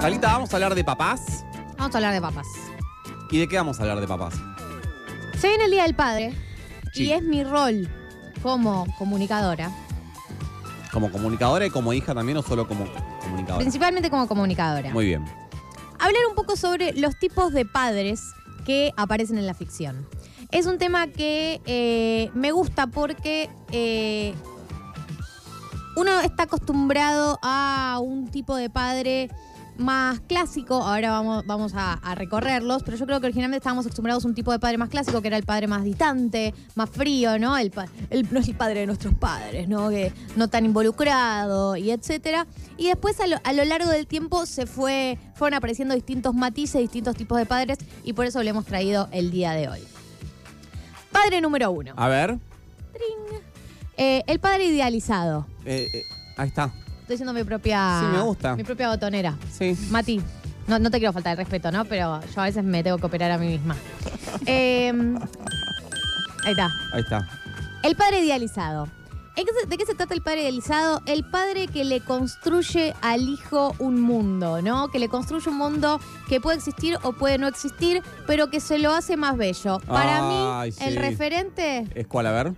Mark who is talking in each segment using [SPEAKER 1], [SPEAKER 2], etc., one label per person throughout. [SPEAKER 1] Talita, vamos a hablar de papás.
[SPEAKER 2] Vamos a hablar de papas.
[SPEAKER 1] ¿Y de qué vamos a hablar de papás?
[SPEAKER 2] Se viene el Día del Padre
[SPEAKER 1] Sí.
[SPEAKER 2] y es mi rol como comunicadora,
[SPEAKER 1] ¿Como comunicadora y como hija también o solo como comunicadora?
[SPEAKER 2] principalmente como comunicadora.
[SPEAKER 1] Muy bien.
[SPEAKER 2] Hablar un poco sobre los tipos de padres que aparecen en la ficción. Es un tema que eh, me gusta porque eh, uno está acostumbrado a un tipo de padre más clásico, ahora vamos, vamos a, a recorrerlos, pero yo creo que originalmente estábamos acostumbrados a un tipo de padre más clásico, que era el padre más distante, más frío, ¿no? El, pa- el- no es el padre de nuestros padres, ¿no? Que no tan involucrado y etcétera. Y después a lo, a lo largo del tiempo se fue, fueron apareciendo distintos matices, distintos tipos de padres, y por eso le hemos traído el día de hoy. Padre número uno.
[SPEAKER 1] A ver.
[SPEAKER 2] Eh, el padre idealizado.
[SPEAKER 1] eh, eh, ahí está.
[SPEAKER 2] Estoy haciendo mi propia.
[SPEAKER 1] Sí, me gusta.
[SPEAKER 2] Mi propia botonera.
[SPEAKER 1] Sí.
[SPEAKER 2] Mati, no, no te quiero faltar el respeto, ¿no? Pero yo a veces me tengo que operar a mí misma. Eh, ahí está.
[SPEAKER 1] Ahí está.
[SPEAKER 2] El padre idealizado. ¿En qué se- ¿De qué se trata el padre idealizado? El padre que le construye al hijo un mundo, ¿no? Que le construye un mundo que puede existir o puede no existir, pero que se lo hace más bello. Para
[SPEAKER 1] Ay,
[SPEAKER 2] mí,
[SPEAKER 1] sí.
[SPEAKER 2] el referente,
[SPEAKER 1] ¿Es cuál? A ver.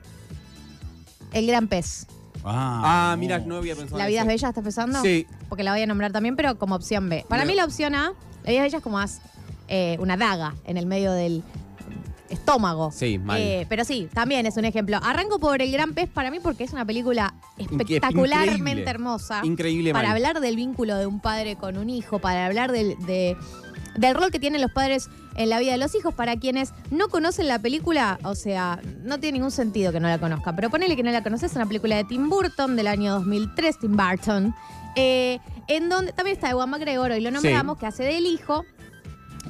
[SPEAKER 2] el gran pez.
[SPEAKER 1] Ah, mira, no había pensado
[SPEAKER 2] ¿La
[SPEAKER 1] en
[SPEAKER 2] vida es
[SPEAKER 1] ese.
[SPEAKER 2] bella? ¿Estás pensando?
[SPEAKER 1] Sí.
[SPEAKER 2] porque la voy a nombrar también, pero como opción B. Para
[SPEAKER 1] Bien.
[SPEAKER 2] mí la opción A, la vida de ella es como as- eh, una daga en el medio del estómago.
[SPEAKER 1] Sí, mal.
[SPEAKER 2] Eh, pero sí, también es un ejemplo. Arranco por El Gran Pez para mí porque es una película
[SPEAKER 1] Increíble.
[SPEAKER 2] espectacularmente hermosa.
[SPEAKER 1] Increíble
[SPEAKER 2] Para
[SPEAKER 1] mal.
[SPEAKER 2] hablar del vínculo de un padre con un hijo, para hablar del, de- del rol que tienen los padres en la vida de los hijos, para quienes no conocen la película, o sea, no tiene ningún sentido que no la conozcan, pero ponele que no la conoces, es una película de Tim Burton del año 2003, Tim Burton, eh, en donde también está Ewan McGregor, hoy lo nombramos, que hace del hijo,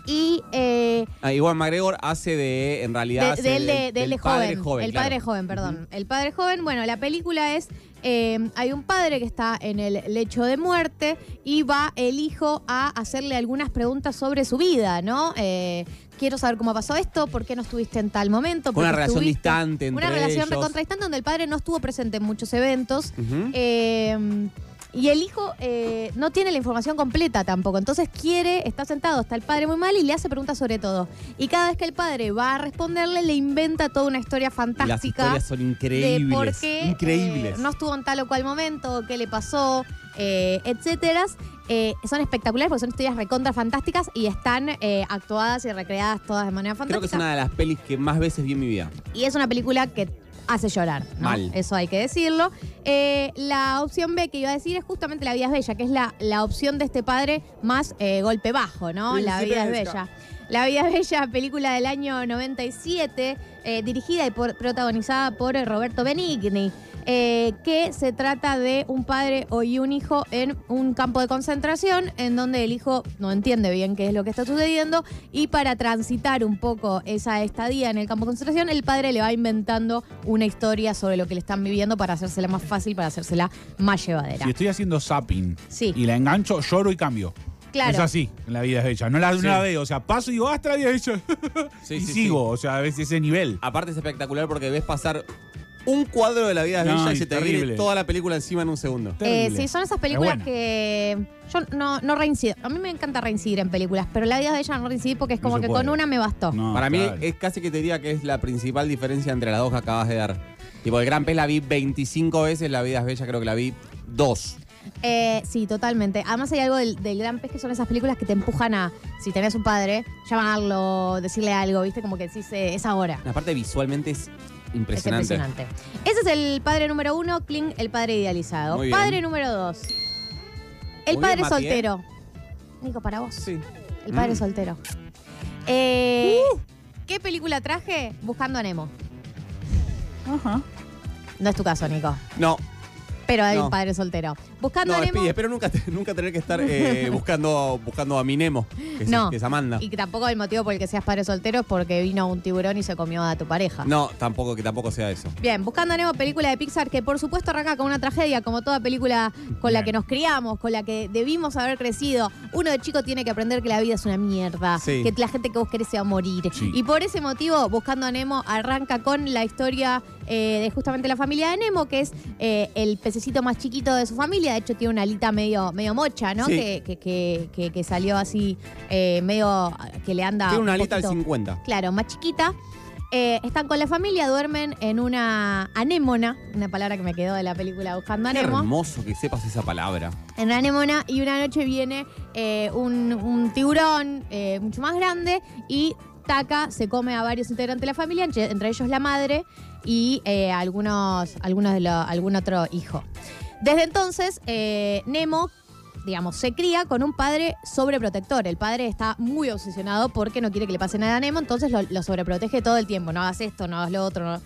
[SPEAKER 2] y eh,
[SPEAKER 1] Ah, igual McGregor hace de, en realidad,
[SPEAKER 2] de-
[SPEAKER 1] hace
[SPEAKER 2] del, de-
[SPEAKER 1] del-
[SPEAKER 2] del
[SPEAKER 1] del
[SPEAKER 2] joven,
[SPEAKER 1] padre joven.
[SPEAKER 2] El
[SPEAKER 1] claro.
[SPEAKER 2] padre joven, perdón. El padre joven, bueno, la película es, eh, hay un padre que está en el lecho de muerte y va el hijo a hacerle algunas preguntas sobre su vida, ¿no? Eh, quiero saber cómo pasó esto, por qué no estuviste en tal momento. por
[SPEAKER 1] Con una
[SPEAKER 2] qué
[SPEAKER 1] relación
[SPEAKER 2] estuviste-
[SPEAKER 1] distante entre
[SPEAKER 2] Una relación
[SPEAKER 1] ellos.
[SPEAKER 2] recontraistante donde el padre no estuvo presente en muchos eventos.
[SPEAKER 1] Ujú.
[SPEAKER 2] Eh, y el hijo eh, no tiene la información completa tampoco. Entonces quiere, está sentado, está el padre muy mal y le hace preguntas sobre todo. Y cada vez que el padre va a responderle, le inventa toda una historia
[SPEAKER 1] Las
[SPEAKER 2] fantástica
[SPEAKER 1] historias son
[SPEAKER 2] de
[SPEAKER 1] increíbles.
[SPEAKER 2] por qué
[SPEAKER 1] increíbles.
[SPEAKER 2] eh, no estuvo en tal o cual momento, qué le pasó, eh, etcétera. Eh, son espectaculares porque son historias recontra fantásticas y están eh, actuadas y recreadas todas de manera
[SPEAKER 1] Creo que es
[SPEAKER 2] fantástica.
[SPEAKER 1] una de las pelis que más veces vi en mi vida.
[SPEAKER 2] Y es una película que hace llorar, ¿no?
[SPEAKER 1] Mal.
[SPEAKER 2] Eso hay que decirlo. Eh, la opción B que iba a decir es justamente La vida es bella, que es la, la opción de este padre más eh, golpe bajo, ¿no? La vida es bella. La vida es bella, película del año 97, eh, dirigida y por- protagonizada por eh, Roberto Benigni. eh, que se trata de un padre o- y un hijo en un campo de concentración en donde el hijo no entiende bien qué es lo que está sucediendo y para transitar un poco esa estadía en el campo de concentración, el padre le va inventando una historia sobre lo que le están viviendo para hacérsela más fácil, para hacérsela más llevadera.
[SPEAKER 3] Si estoy haciendo zapping
[SPEAKER 2] Sí.
[SPEAKER 3] y la engancho, lloro y cambio.
[SPEAKER 2] Claro.
[SPEAKER 3] Es así, en la vida es bella. No la, no
[SPEAKER 1] Sí.
[SPEAKER 3] la veo, o sea, paso y digo, hasta la vida es bella.
[SPEAKER 1] Sí,
[SPEAKER 3] y
[SPEAKER 1] sí, Ah, sí.
[SPEAKER 3] sigo, o sea, a veces ese nivel.
[SPEAKER 2] Eh,
[SPEAKER 1] Aparte es espectacular porque ves pasar un cuadro de la vida es
[SPEAKER 3] No,
[SPEAKER 1] bella y
[SPEAKER 3] y
[SPEAKER 1] se te viene
[SPEAKER 3] terrible.
[SPEAKER 1] toda la película encima en un segundo.
[SPEAKER 2] Eh,
[SPEAKER 3] Terrible.
[SPEAKER 2] sí, son esas películas
[SPEAKER 3] buena.
[SPEAKER 2] que yo no, no reincido. A mí me encanta reincidir en películas, pero la vida de ella no reincidí porque es
[SPEAKER 3] No
[SPEAKER 2] como
[SPEAKER 3] se
[SPEAKER 2] que
[SPEAKER 3] puede.
[SPEAKER 2] con una me bastó.
[SPEAKER 3] No,
[SPEAKER 1] Para mí
[SPEAKER 3] claro.
[SPEAKER 1] es casi que te diría que es la principal diferencia entre las dos que acabas de dar. Tipo, el Gran Pez la vi 25 veces, la vida es bella creo que la vi dos.
[SPEAKER 2] Eh, sí, totalmente. Además hay algo del, del gran pez que son esas películas que te empujan a, si tenés un padre, llamarlo, decirle algo, ¿viste? Como que decís, eh, es ahora.
[SPEAKER 1] La parte visualmente es impresionante.
[SPEAKER 2] Es impresionante. Ese es el padre número uno, Kling, el padre idealizado.
[SPEAKER 1] Muy bien.
[SPEAKER 2] Padre número dos. El
[SPEAKER 1] Muy
[SPEAKER 2] padre
[SPEAKER 1] bien, Mati,
[SPEAKER 2] soltero. Nico, para vos.
[SPEAKER 1] Sí.
[SPEAKER 2] El padre
[SPEAKER 1] Mm.
[SPEAKER 2] soltero. Eh, ¿Qué película traje? Buscando a Nemo. No es tu caso, Nico.
[SPEAKER 1] No,
[SPEAKER 2] Pero hay
[SPEAKER 1] No.
[SPEAKER 2] un padre soltero. Buscando
[SPEAKER 1] no,
[SPEAKER 2] a Nemo.
[SPEAKER 1] espí, espero nunca, te- nunca tener que estar eh, buscando, buscando a mi Nemo, que, es-
[SPEAKER 2] No.
[SPEAKER 1] que es Amanda.
[SPEAKER 2] Y que tampoco el motivo por el que seas padre soltero es porque vino un tiburón y se comió a tu pareja.
[SPEAKER 1] No, tampoco, que tampoco sea eso.
[SPEAKER 2] Bien, Buscando a Nemo, película de Pixar que por supuesto arranca con una tragedia, como toda película con la
[SPEAKER 3] Bien.
[SPEAKER 2] que nos criamos, con la que debimos haber crecido. Uno de chico tiene que aprender que la vida es una mierda,
[SPEAKER 1] Sí.
[SPEAKER 2] que la gente que vos querés se va a morir.
[SPEAKER 3] Sí.
[SPEAKER 2] Y por ese motivo, Buscando a Nemo arranca con la historia eh, de justamente la familia de Nemo, que es eh, el pececito más chiquito de su familia, Emilia, de hecho, tiene una alita medio, medio mocha, ¿no?
[SPEAKER 1] Sí.
[SPEAKER 2] Que, que- que- que- que salió así, eh, medio que le anda.
[SPEAKER 1] Tiene una
[SPEAKER 2] Ah, un
[SPEAKER 1] alita al
[SPEAKER 2] poquito-
[SPEAKER 1] 50.
[SPEAKER 2] Claro, más chiquita. Eh, están con la familia, duermen en una anémona, una palabra que me quedó de la película Buscando a
[SPEAKER 1] Qué
[SPEAKER 2] Nemo.
[SPEAKER 1] hermoso que sepas esa palabra.
[SPEAKER 2] En una anémona y una noche viene eh, un, un tiburón eh, mucho más grande y taca, se come a varios integrantes de la familia, entre, entre ellos la madre y eh, algunos, algunos de lo- algún otro hijo. Desde entonces, eh, Nemo, digamos, se cría con un padre sobreprotector. El padre está muy obsesionado porque no quiere que le pase nada a Nemo, entonces lo, lo sobreprotege todo el tiempo. No hagas esto, no hagas lo otro. no-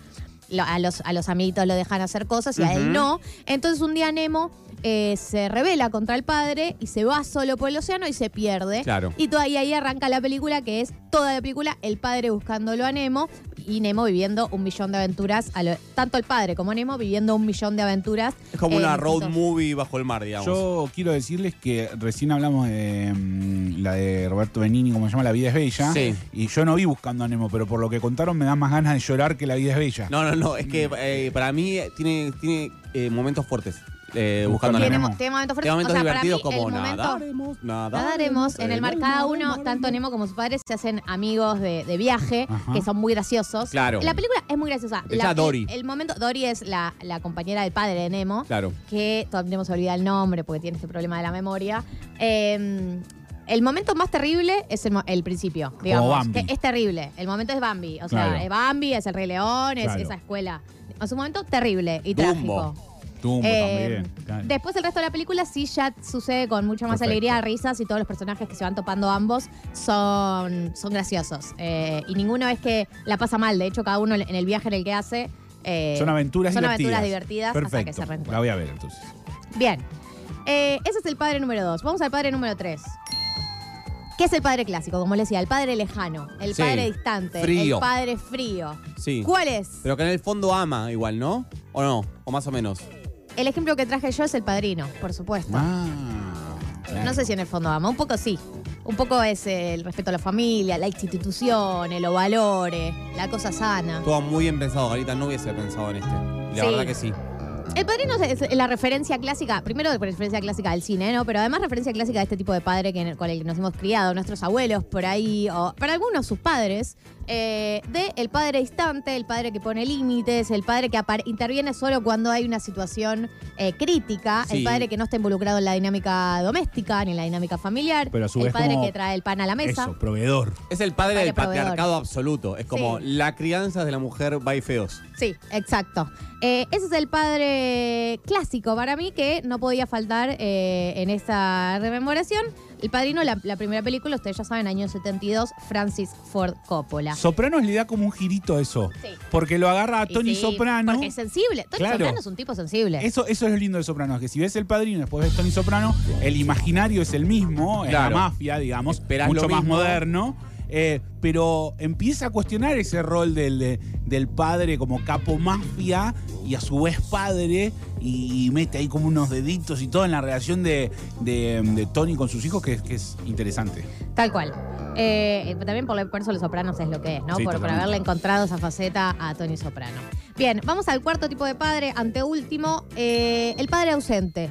[SPEAKER 2] lo- a, los, a los amiguitos lo dejan hacer cosas y a
[SPEAKER 1] Ujú.
[SPEAKER 2] él no. Entonces un día Nemo eh, se revela contra el padre y se va solo por el océano y se pierde.
[SPEAKER 1] Claro.
[SPEAKER 2] Y todavía ahí arranca la película, que es toda la película, el padre buscándolo a Nemo y Nemo viviendo un millón de aventuras, a lo- tanto el padre como Nemo viviendo un millón de aventuras.
[SPEAKER 1] Es como
[SPEAKER 2] eh,
[SPEAKER 1] una
[SPEAKER 2] distintos.
[SPEAKER 1] road movie bajo el mar, digamos.
[SPEAKER 3] Yo quiero decirles que recién hablamos de mm, la de Roberto Benini, como se llama La vida es bella.
[SPEAKER 1] Sí.
[SPEAKER 3] Y yo no vi Buscando a Nemo, pero por lo que contaron me da más ganas de llorar que La vida es bella.
[SPEAKER 1] No, no, no. Es que eh, para mí tiene, tiene eh, momentos fuertes. eh, buscando a
[SPEAKER 3] Tiene
[SPEAKER 2] Tiene,
[SPEAKER 1] Nemo.
[SPEAKER 3] Nemo.
[SPEAKER 2] tiene momentos
[SPEAKER 1] Tiene
[SPEAKER 2] fuertes.
[SPEAKER 1] momentos
[SPEAKER 2] o sea, para mí,
[SPEAKER 1] divertidos como
[SPEAKER 2] el momento-
[SPEAKER 1] nadaremos,
[SPEAKER 2] Nadaremos en el mar cada uno,
[SPEAKER 1] nadaremos.
[SPEAKER 2] tanto Nemo como sus padres se hacen amigos de, de viaje,
[SPEAKER 3] Ajá.
[SPEAKER 2] que son muy graciosos.
[SPEAKER 1] Claro.
[SPEAKER 2] La película es muy graciosa.
[SPEAKER 1] Está
[SPEAKER 2] La-
[SPEAKER 1] Dory.
[SPEAKER 2] El, momento, Dory es la, la compañera del padre de Nemo,
[SPEAKER 1] Claro.
[SPEAKER 2] que todavía no se olvida el nombre porque tiene este problema de la memoria. Eh, el momento más terrible es el, mo- el principio, digamos.
[SPEAKER 3] Bambi.
[SPEAKER 2] que es terrible. El momento es Bambi. O sea,
[SPEAKER 3] Claro.
[SPEAKER 2] es Bambi, es el Rey León, es
[SPEAKER 3] Claro.
[SPEAKER 2] esa escuela. Es un momento terrible y
[SPEAKER 1] Dumbo.
[SPEAKER 2] trágico.
[SPEAKER 3] Tumbo
[SPEAKER 2] Eh,
[SPEAKER 3] también. Claro.
[SPEAKER 2] Después el resto de la película sí ya sucede con mucha más
[SPEAKER 3] Perfecto.
[SPEAKER 2] alegría, risas y todos los personajes que se van topando ambos son, son graciosos. Eh, y ninguno es que la pasa mal, de hecho cada uno en el viaje en el que hace... eh,
[SPEAKER 3] son aventuras
[SPEAKER 2] son
[SPEAKER 3] divertidas.
[SPEAKER 2] aventuras divertidas hasta que
[SPEAKER 3] Perfecto.
[SPEAKER 2] se reencuentren.
[SPEAKER 3] La voy a ver entonces.
[SPEAKER 2] Bien, Eh, ese es el padre número dos. Vamos al padre número tres. ¿Qué es el padre clásico? Como les decía, el padre lejano, el
[SPEAKER 1] Sí.
[SPEAKER 2] padre distante,
[SPEAKER 1] Frío.
[SPEAKER 2] el padre frío.
[SPEAKER 1] Sí.
[SPEAKER 2] ¿Cuál es?
[SPEAKER 1] Pero que en el fondo ama igual, ¿no? ¿O no? ¿O más o menos?
[SPEAKER 2] El ejemplo que traje yo es el padrino, por supuesto.
[SPEAKER 3] Ah, claro.
[SPEAKER 2] No sé si en el fondo ama, un poco sí. Un poco es el respeto a la familia, la institución, los valores, la cosa sana.
[SPEAKER 1] Todo muy bien pensado, Garita. No hubiese pensado en este. Y la
[SPEAKER 2] Sí.
[SPEAKER 1] verdad que sí.
[SPEAKER 2] El padrino es es la referencia clásica, primero referencia clásica del cine, ¿no? Pero además referencia clásica de este tipo de padre que, con el que nos hemos criado, nuestros abuelos por ahí, o para algunos sus padres, eh, de el padre distante, el padre que pone límites, el padre que apar- interviene solo cuando hay una situación eh, crítica,
[SPEAKER 1] Sí.
[SPEAKER 2] el padre que no está involucrado en la dinámica doméstica ni en la dinámica familiar,
[SPEAKER 3] Pero a su
[SPEAKER 2] el
[SPEAKER 3] vez
[SPEAKER 2] padre
[SPEAKER 3] como-
[SPEAKER 2] que trae el pan a la mesa.
[SPEAKER 3] Eso, proveedor.
[SPEAKER 1] Es el padre
[SPEAKER 2] Padre
[SPEAKER 1] del
[SPEAKER 2] proveedor.
[SPEAKER 1] patriarcado absoluto. Es como
[SPEAKER 2] Sí.
[SPEAKER 1] la crianza de la mujer va y feos.
[SPEAKER 2] Sí, exacto. Eh, ese es el padre clásico para mí que no podía faltar eh, en esta rememoración. El padrino, la, la primera película, ustedes ya saben, año 72, Francis Ford Coppola.
[SPEAKER 3] Sopranos le da como un girito a eso.
[SPEAKER 2] Sí.
[SPEAKER 3] Porque lo agarra a
[SPEAKER 2] Y
[SPEAKER 3] Tony
[SPEAKER 2] sí,
[SPEAKER 3] Soprano.
[SPEAKER 2] Porque es sensible. Tony
[SPEAKER 3] Claro.
[SPEAKER 2] Soprano es un tipo sensible.
[SPEAKER 3] Eso, eso es lo lindo de Sopranos, que si ves El Padrino y después ves Tony Soprano, el imaginario es el mismo, es la
[SPEAKER 1] Claro.
[SPEAKER 3] mafia, digamos,
[SPEAKER 1] Esperás
[SPEAKER 3] mucho
[SPEAKER 1] lo
[SPEAKER 3] más
[SPEAKER 1] mismo.
[SPEAKER 3] moderno. eh, pero empieza a cuestionar ese rol del, de- del padre como capo mafia y a su vez padre y, mete ahí como unos deditos y todo en la relación de, de- de Tony con sus hijos que, es- que es interesante.
[SPEAKER 2] Tal cual. Eh, eh, también por, por eso Los Sopranos es lo que es, ¿no?
[SPEAKER 3] Sí,
[SPEAKER 2] por, por
[SPEAKER 3] totalmente.
[SPEAKER 2] haberle encontrado esa faceta a Tony Soprano. Bien, vamos al cuarto tipo de padre, anteúltimo, eh, el padre ausente.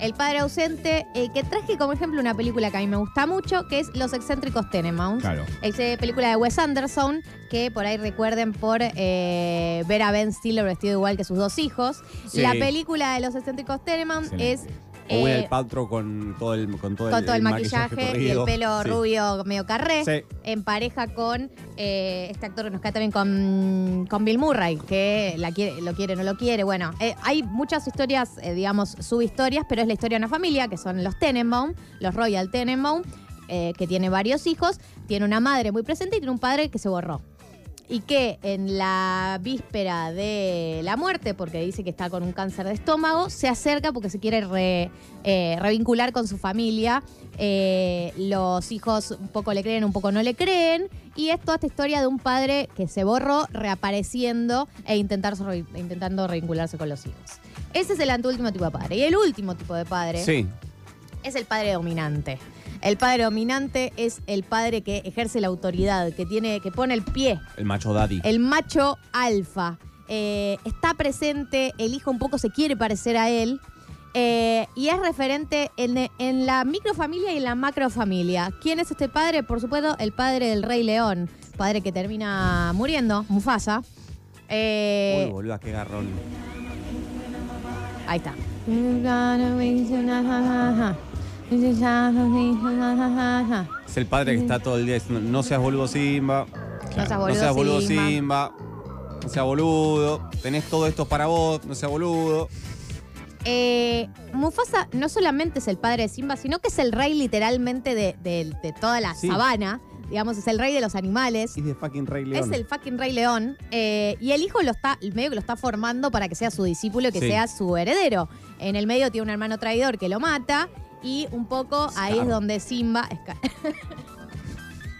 [SPEAKER 2] El padre ausente, eh, que traje como ejemplo una película que a mí me gusta mucho, que es Los excéntricos Tenemount.
[SPEAKER 3] Claro.
[SPEAKER 2] Es eh, película de Wes Anderson, que por ahí recuerden por eh, ver a Ben Stiller vestido igual que sus dos hijos.
[SPEAKER 1] Sí.
[SPEAKER 2] La película de Los excéntricos Tenemount es...
[SPEAKER 3] Excelente.
[SPEAKER 1] O
[SPEAKER 2] eh,
[SPEAKER 1] el patro con todo el, con todo
[SPEAKER 2] con
[SPEAKER 1] el,
[SPEAKER 2] todo el
[SPEAKER 1] el
[SPEAKER 2] maquillaje, y el
[SPEAKER 1] corrido.
[SPEAKER 2] pelo
[SPEAKER 1] Sí.
[SPEAKER 2] rubio medio carré,
[SPEAKER 1] Sí.
[SPEAKER 2] en pareja con eh, este actor que nos cae también con, con Bill Murray, que la quiere, lo quiere, no lo quiere. Bueno, eh, hay muchas historias, eh, digamos, subhistorias, pero es la historia de una familia, que son los Tenenbaum, los Royal Tenenbaum, eh, que tiene varios hijos, tiene una madre muy presente y tiene un padre que se borró. Y que en la víspera de la muerte, porque dice que está con un cáncer de estómago, se acerca porque se quiere re- eh, revincular con su familia. Eh, los hijos un poco le creen, un poco no le creen. Y es toda esta historia de un padre que se borró reapareciendo e intentarse re- intentando revincularse con los hijos. Ese es el anteúltimo tipo de padre. Y el último tipo de padre
[SPEAKER 1] Sí.
[SPEAKER 2] es el padre dominante. El padre dominante es el padre que ejerce la autoridad, que tiene, que pone el pie,
[SPEAKER 1] El macho daddy.
[SPEAKER 2] el macho alfa. Eh, está presente, el hijo un poco se quiere parecer a él. Eh, y es referente en, en la microfamilia y la macrofamilia. ¿Quién es este padre? Por supuesto, el padre del Rey León, padre que termina muriendo, Mufasa. Eh,
[SPEAKER 1] Uy, boluda, qué garrón.
[SPEAKER 2] Ahí está. No
[SPEAKER 1] Es el padre que está todo el día diciendo, no seas boludo Simba,
[SPEAKER 2] seas
[SPEAKER 1] no seas boludo
[SPEAKER 2] boludo, Simba.
[SPEAKER 1] Simba, no seas boludo, tenés todo esto para vos, no seas boludo.
[SPEAKER 2] Eh, Mufasa no solamente es el padre de Simba, sino que es el rey literalmente de, de- de toda la
[SPEAKER 1] Sí.
[SPEAKER 2] sabana. Digamos, es el rey de los animales.
[SPEAKER 1] Es de fucking Rey León.
[SPEAKER 2] Es el fucking Rey León. eh, y el hijo lo está, el medio que lo está formando para que sea su discípulo, que
[SPEAKER 1] Sí.
[SPEAKER 2] sea su heredero. En el medio tiene un hermano traidor que lo mata. Y un poco ahí es
[SPEAKER 1] Scar.
[SPEAKER 2] donde Simba. Scar.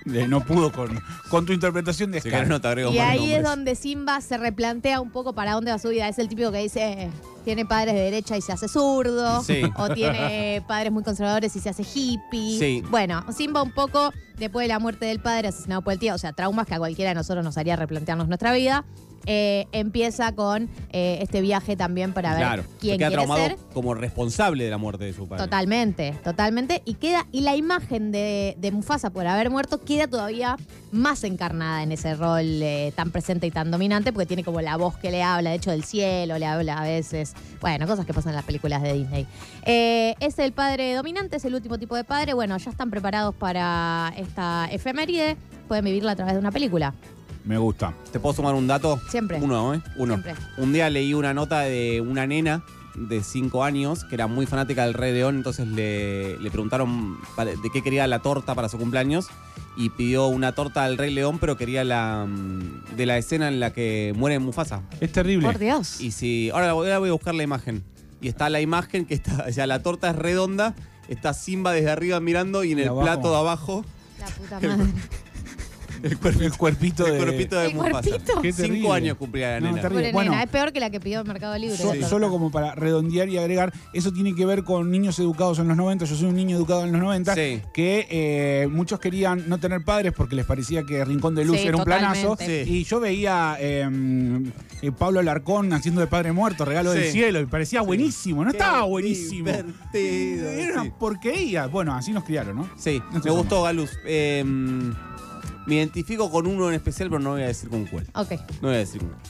[SPEAKER 3] De- no pudo con, con tu interpretación de
[SPEAKER 1] Si
[SPEAKER 3] Scar.
[SPEAKER 1] querés no te agrego
[SPEAKER 2] Y
[SPEAKER 1] más
[SPEAKER 2] ahí
[SPEAKER 1] nombres.
[SPEAKER 2] es donde Simba se replantea un poco para dónde va su vida. Es el típico que dice, eh, tiene padres de derecha y se hace zurdo.
[SPEAKER 1] Sí.
[SPEAKER 2] O tiene padres muy conservadores y se hace hippie.
[SPEAKER 1] Sí.
[SPEAKER 2] Bueno, Simba un poco, después de la muerte del padre asesinado por el tío, o sea, traumas que a cualquiera de nosotros nos haría replantearnos nuestra vida, eh, empieza con eh, este viaje también para ver
[SPEAKER 1] Claro, se
[SPEAKER 2] quién
[SPEAKER 1] queda
[SPEAKER 2] quiere
[SPEAKER 1] traumado
[SPEAKER 2] ser.
[SPEAKER 1] como responsable de la muerte de su padre.
[SPEAKER 2] Totalmente, totalmente. Y queda, y la imagen de, de Mufasa por haber muerto queda todavía más encarnada en ese rol eh, tan presente y tan dominante, porque tiene como la voz que le habla, de hecho del cielo le habla a veces. Bueno, cosas que pasan en las películas de Disney. Eh, es el padre dominante, es el último tipo de padre. Bueno, ya están preparados para esta efeméride. Pueden vivirla a través de una película.
[SPEAKER 3] Me gusta.
[SPEAKER 1] ¿Te puedo sumar un dato?
[SPEAKER 2] Siempre.
[SPEAKER 1] Uno, ¿eh? Uno.
[SPEAKER 2] Siempre.
[SPEAKER 1] Un día leí una nota de una nena de 5 años que era muy fanática del Rey León, entonces le, le preguntaron para- de qué quería la torta para su cumpleaños y pidió una torta del Rey León, pero quería la mm, de la escena en la que muere Mufasa.
[SPEAKER 3] Es terrible.
[SPEAKER 2] Por Dios.
[SPEAKER 1] Y si. Ahora, la voy- ahora voy a buscar la imagen. Y está la imagen que está. O sea, la torta es redonda. Está Simba desde arriba mirando y en
[SPEAKER 3] Y
[SPEAKER 1] el
[SPEAKER 3] abajo.
[SPEAKER 1] plato de abajo
[SPEAKER 2] La puta madre.
[SPEAKER 3] El, cuerpito, el cuerpito
[SPEAKER 1] el
[SPEAKER 3] de-
[SPEAKER 1] cuerpito de
[SPEAKER 2] El
[SPEAKER 1] Mufasa.
[SPEAKER 2] cuerpito.
[SPEAKER 3] Qué terrible.
[SPEAKER 1] Cinco años cumplía la
[SPEAKER 3] No,
[SPEAKER 1] nena.
[SPEAKER 3] terrible.
[SPEAKER 2] Pobre
[SPEAKER 3] Bueno.
[SPEAKER 2] nena, es peor que la que pidió el Mercado Libre.
[SPEAKER 3] So-
[SPEAKER 2] esa
[SPEAKER 3] Solo
[SPEAKER 2] torta.
[SPEAKER 3] como para redondear y agregar, eso tiene que ver con niños educados en los 90. Yo soy un niño educado en los 90,
[SPEAKER 1] Sí.
[SPEAKER 3] que eh, muchos querían no tener padres porque les parecía que Rincón de Luz
[SPEAKER 2] Sí,
[SPEAKER 3] era un planazo.
[SPEAKER 2] totalmente.
[SPEAKER 1] Sí.
[SPEAKER 3] Y yo veía eh, eh, Pablo Alarcón haciendo de padre muerto, regalo del
[SPEAKER 1] Sí.
[SPEAKER 3] cielo, y parecía buenísimo, no estaba buenísimo.
[SPEAKER 1] Divertido,
[SPEAKER 3] Era
[SPEAKER 1] sí.
[SPEAKER 3] una porquería. Bueno, así nos criaron, ¿no?
[SPEAKER 1] Sí,
[SPEAKER 3] Esto
[SPEAKER 1] me
[SPEAKER 3] es
[SPEAKER 1] gustó, Galus. Eh, me identifico con uno en especial, pero no voy a decir con cuál.
[SPEAKER 2] Ok.
[SPEAKER 1] No voy a decir con cuál.